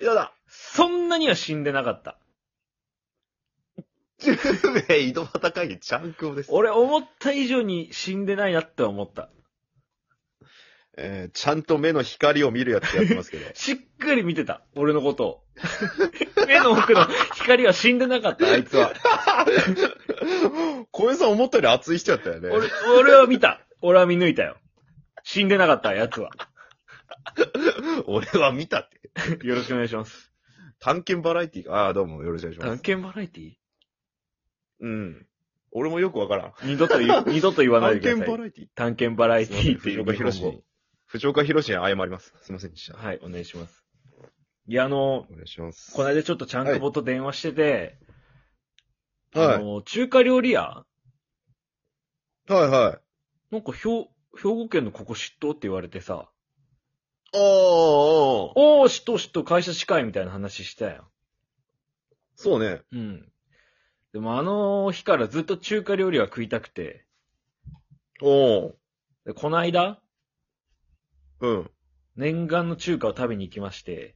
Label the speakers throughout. Speaker 1: や だ。
Speaker 2: そんなには死んでなかった。
Speaker 1: 10名井戸端会議、チャンクオです。
Speaker 2: 俺思った以上に死んでないなって思った。。
Speaker 1: えー、ちゃんと目の光を見るやつやってますけど
Speaker 2: しっかり見てた、俺のことを。 目の奥の光は死んでなかった、 あいつは。
Speaker 1: 小江さん思ったより熱い人やったよね。
Speaker 2: 俺、俺は見た。俺は見抜いたよ。死んでなかった、やつは。
Speaker 1: 俺は見たって。
Speaker 2: よろしくお願いします。
Speaker 1: 探検バラエティーああ、どうも、よろしくお願いしま
Speaker 2: 探
Speaker 1: す。
Speaker 2: 検バラエティ
Speaker 1: うん。俺もよくわからん。
Speaker 2: 二度と 言う、二度と言わないで
Speaker 1: 探
Speaker 2: くださ
Speaker 1: 検バ
Speaker 2: い。
Speaker 1: ラエティー
Speaker 2: 探検バラエティって
Speaker 1: 藤
Speaker 2: いう
Speaker 1: 岡
Speaker 2: 日本
Speaker 1: 弘
Speaker 2: 語
Speaker 1: に。藤岡弘に謝ります。すいませんでした。
Speaker 2: はい、お願いします。いや、あの、
Speaker 1: お願いします。
Speaker 2: この間ちょっとちゃんくぼと電話してて、
Speaker 1: はい
Speaker 2: あの、中華料理屋
Speaker 1: はいはい。
Speaker 2: なんか兵、兵庫県のここ知っとうって言われてさ、
Speaker 1: おーおーおー
Speaker 2: おー、知っとう知っとう会社近いみたいな話したやん。
Speaker 1: そうね。
Speaker 2: うん。でもあの日からずっと中華料理は食いたくて、
Speaker 1: おー
Speaker 2: でこの間、
Speaker 1: うん。
Speaker 2: 念願の中華を食べに行きまして、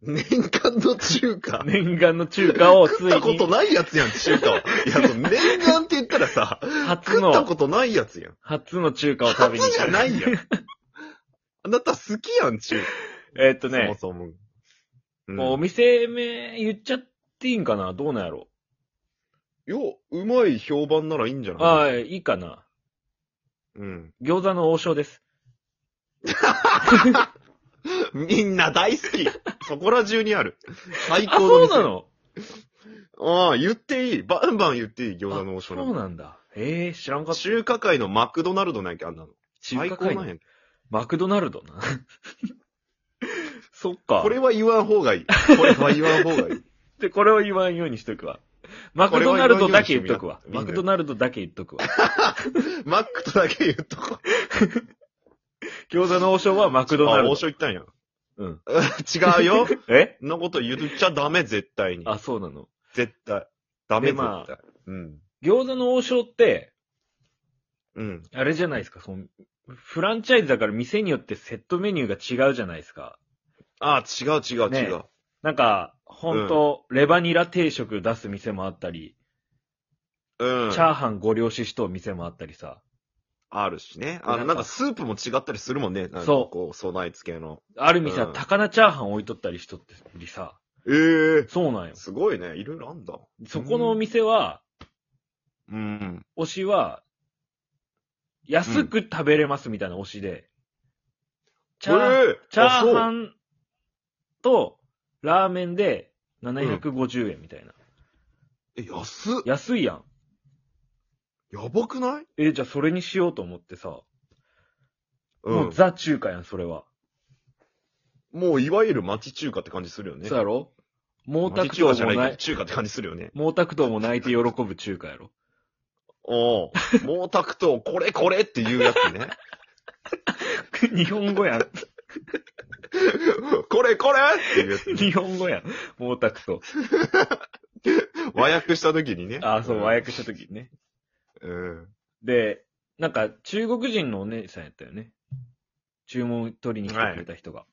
Speaker 1: 年間の中 華。
Speaker 2: 念願の中華をつ
Speaker 1: 食っ
Speaker 2: い
Speaker 1: たこと
Speaker 2: に、
Speaker 1: ないやつやん、中 華は。いや、その念願って言ったらさ、
Speaker 2: 初
Speaker 1: 食った
Speaker 2: の、
Speaker 1: ことないやつやん。
Speaker 2: 初の中華を食べに
Speaker 1: 初
Speaker 2: 行き
Speaker 1: じゃ
Speaker 2: ま
Speaker 1: な
Speaker 2: し
Speaker 1: いやん。あなた好きやん、中
Speaker 2: た。 えーっと
Speaker 1: 華。
Speaker 2: ね、
Speaker 1: そもそも。うん
Speaker 2: もうお店名言っちゃっていいんかなどうなんやろ
Speaker 1: よ、うまい評判ならいいんじゃない
Speaker 2: ああ、いいかな。
Speaker 1: うん。
Speaker 2: 餃子の王将です。
Speaker 1: みんな大好き。そこら中にある。最
Speaker 2: あ、
Speaker 1: 高の
Speaker 2: そう
Speaker 1: 店。
Speaker 2: なの
Speaker 1: ああ、言っていい。バンバン言っていい、餃子の王将
Speaker 2: あ
Speaker 1: な
Speaker 2: そうんなんだ。ええー、知らん
Speaker 1: か
Speaker 2: かった。
Speaker 1: 中華界のマクドナルドなんやけど、あんなの。
Speaker 2: 中華
Speaker 1: 最
Speaker 2: 界
Speaker 1: 高なん
Speaker 2: の
Speaker 1: やけ
Speaker 2: マクドナルドな。 そっか。
Speaker 1: これは言わん方がいい。これは言わん方がいい。
Speaker 2: で、これを言わんようにしとくわ。マクドナルドだけ言っとくわ。
Speaker 1: これは言わんようにしてみな
Speaker 2: マクドナルドだけ言っとくわ。
Speaker 1: マックとだけ言うとこ。
Speaker 2: 餃子の王将はマクドナ
Speaker 1: あ、
Speaker 2: ルド
Speaker 1: 王。将行ったんや。
Speaker 2: うん。
Speaker 1: 違うよ。
Speaker 2: え
Speaker 1: そんなこと言っちゃダメ、絶対に。
Speaker 2: あ、そうなの。
Speaker 1: 絶対。ダメ、
Speaker 2: でまあ
Speaker 1: 絶対。うん。
Speaker 2: 餃子の王将って、
Speaker 1: うん。
Speaker 2: あれじゃないですか、その、フランチャイズだから店によってセットメニューが違うじゃないですか。
Speaker 1: あ違う違う
Speaker 2: ね
Speaker 1: 違う。
Speaker 2: なんか、ほんと、レバニラ定食出す店もあったり、
Speaker 1: うん
Speaker 2: チ。ャーハンご両ししとう店もあったりさ。
Speaker 1: あるしね。あ
Speaker 2: な
Speaker 1: の、
Speaker 2: んか
Speaker 1: なんかスープも違ったりするもんね。なんか
Speaker 2: そう
Speaker 1: こう、備え付けの。
Speaker 2: ある店は
Speaker 1: うん
Speaker 2: 高菜チャーハン置いとったりしとったりさ。
Speaker 1: ええ
Speaker 2: そうなんよ。
Speaker 1: すごいね。いろいろあんだ。
Speaker 2: そこのお店は、
Speaker 1: うん。
Speaker 2: 推しは、安く食べれますみたいな推しで、チャー
Speaker 1: ええ
Speaker 2: チャーハ
Speaker 1: ン。
Speaker 2: ンとラーメンで750円みたいな。
Speaker 1: え、安っ。
Speaker 2: 安いやん。
Speaker 1: やばくない
Speaker 2: え、じゃあそれにしようと思ってさ、
Speaker 1: う。
Speaker 2: もうんザ中華やん、それは。
Speaker 1: もう、いわゆる町中華って感じするよね。
Speaker 2: そうやろ毛沢
Speaker 1: 町中華
Speaker 2: 東
Speaker 1: じゃ
Speaker 2: も
Speaker 1: な
Speaker 2: ない
Speaker 1: けど、
Speaker 2: い、
Speaker 1: 中華って感じするよね。
Speaker 2: 毛沢東も泣いて喜ぶ中華や ろ。
Speaker 1: お う。毛沢東、これこれっていうやつね。
Speaker 2: 日本語やん。
Speaker 1: これこれっていうやつ。
Speaker 2: 日本語やん。毛沢東。
Speaker 1: 和訳した時にね。
Speaker 2: ああ、そう、
Speaker 1: ん
Speaker 2: 和。訳した時にね。
Speaker 1: うん。
Speaker 2: で、なんか中国人のお姉さんやったよね。注文取りに来てくれた人が。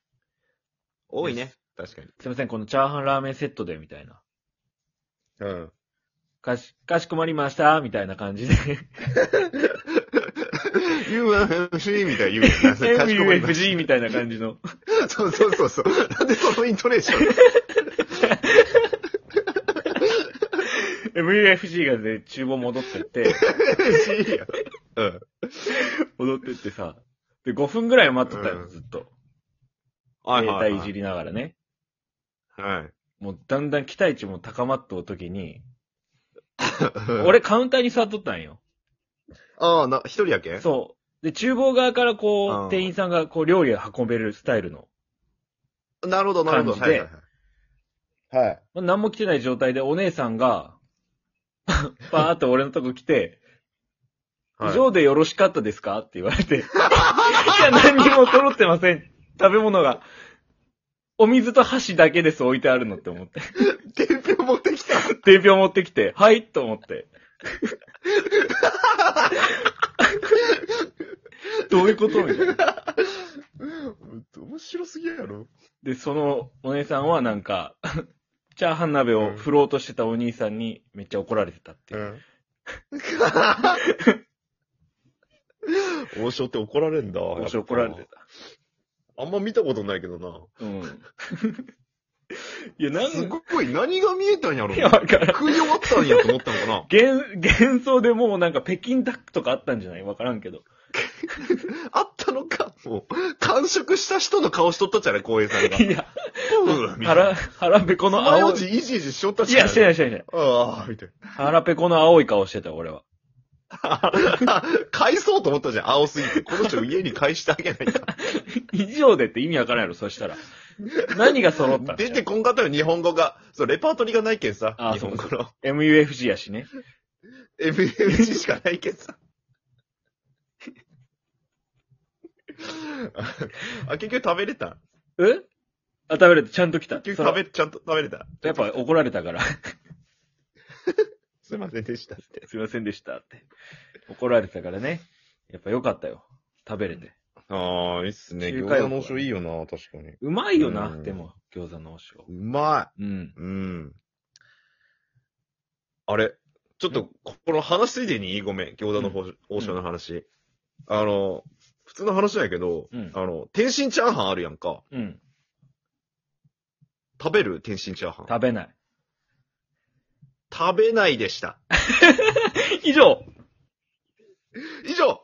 Speaker 1: 多いね。確かに。
Speaker 2: すいません、このチャーハンラーメンセットで、みたいな。
Speaker 1: うん。
Speaker 2: かし、かしこまりました、みたいな感じで。
Speaker 1: UFC みたいに言うよ ね。かしこまりまし
Speaker 2: MUFG みたいな感じの。
Speaker 1: たそうそうそうそう。なんでそのイントネーシ ョン
Speaker 2: MUFG がね、厨房戻ってって、
Speaker 1: UFC やうん。
Speaker 2: 戻ってってさ。で、5分ぐらい待っとったよ、
Speaker 1: うん
Speaker 2: ずっと。
Speaker 1: はい
Speaker 2: 携
Speaker 1: はい、
Speaker 2: 帯い
Speaker 1: は
Speaker 2: じ
Speaker 1: い。
Speaker 2: りながらね。
Speaker 1: はい。
Speaker 2: もうだんだん期待値も高まっとう時に、、俺カウンターに座っとったんよ。
Speaker 1: ああ、な、一人やけ
Speaker 2: そう。で、厨房側からこ
Speaker 1: うん
Speaker 2: う、店員さんがこう、料理を運べるスタイルの。
Speaker 1: なるほど、なるほど。
Speaker 2: 感じで
Speaker 1: はいはいはい。はい。
Speaker 2: まあ何も来てない状態でお姉さんが、バーっと俺のとこ来て、以上でよろしかったですかって言われて。 いや、何にも揃ってません。食べ物が。お水と箸だけです、置いてあるのって思って。
Speaker 1: 天平持ってきた。
Speaker 2: 伝票持ってきて、はいと思って。 どういうことみたいな。
Speaker 1: 面白すぎやろ。
Speaker 2: で、そのお姉さんはなんか、 チャーハン鍋を振ろうとしてたお兄さんにめっちゃ怒られてたっていう。
Speaker 1: ん。 王将って怒られんだ。
Speaker 2: 王将怒られてた。
Speaker 1: あんま見たことないけどな。
Speaker 2: うん。いや、なん
Speaker 1: すごい、何が見えたんやろ
Speaker 2: いや、わからん。
Speaker 1: 食い終わったんやと思ったのかな
Speaker 2: 幻、幻想でもうなんか北京ダックとかあったんじゃないわからんけど。
Speaker 1: あったのか。もう、完食した人の顔しとったじゃない、光栄さんが。
Speaker 2: いや、
Speaker 1: うん、みたい
Speaker 2: 腹、
Speaker 1: な。
Speaker 2: 腹ペコの
Speaker 1: 前
Speaker 2: 青
Speaker 1: お
Speaker 2: い。
Speaker 1: じいじいじしとった
Speaker 2: い
Speaker 1: じゃ
Speaker 2: や、
Speaker 1: ない。
Speaker 2: してないしてないしてない。
Speaker 1: ああ、みたい
Speaker 2: 腹ペコの青い顔してた、俺は。
Speaker 1: な。 返そうと思ったじゃん、青すぎて。この人家に返してあげないか。
Speaker 2: 以上でって意味わからんやろ、そしたら。何が揃ったん
Speaker 1: 出てこんかったよ、日本語が。そう、レパートリーがないけんさ。
Speaker 2: あー
Speaker 1: 日本語
Speaker 2: そ
Speaker 1: の。
Speaker 2: ?MUFG やしね。
Speaker 1: MFG しかないけどさ。あ、結局食べれた
Speaker 2: えあ、食べれた。ちゃんと来た。
Speaker 1: 結
Speaker 2: そ
Speaker 1: 局
Speaker 2: ら
Speaker 1: 食べ、ちゃんと食べれた
Speaker 2: やっぱ怒られたから。
Speaker 1: すいませんでしたって。
Speaker 2: すいませんでしたって。怒られてたからね。やっぱよかったよ。食べれて。
Speaker 1: ああ、いいっすね。
Speaker 2: 中
Speaker 1: 餃
Speaker 2: 華
Speaker 1: 子
Speaker 2: よ
Speaker 1: の王将いいよな、確かに。
Speaker 2: うまいよな、
Speaker 1: うん
Speaker 2: でも、餃子の王将
Speaker 1: う。ま
Speaker 2: うん。
Speaker 1: い。うん。あれ、ちょっと、ここの話ついでにいいごめん。餃子の方王将の話。あの、普通の話なんやけど、
Speaker 2: うん
Speaker 1: あの、天津チャーハンあるやんか。
Speaker 2: うん。
Speaker 1: 食べる天津チャーハン。
Speaker 2: 食べない。
Speaker 1: 食べないでした。
Speaker 2: 以上
Speaker 1: 以上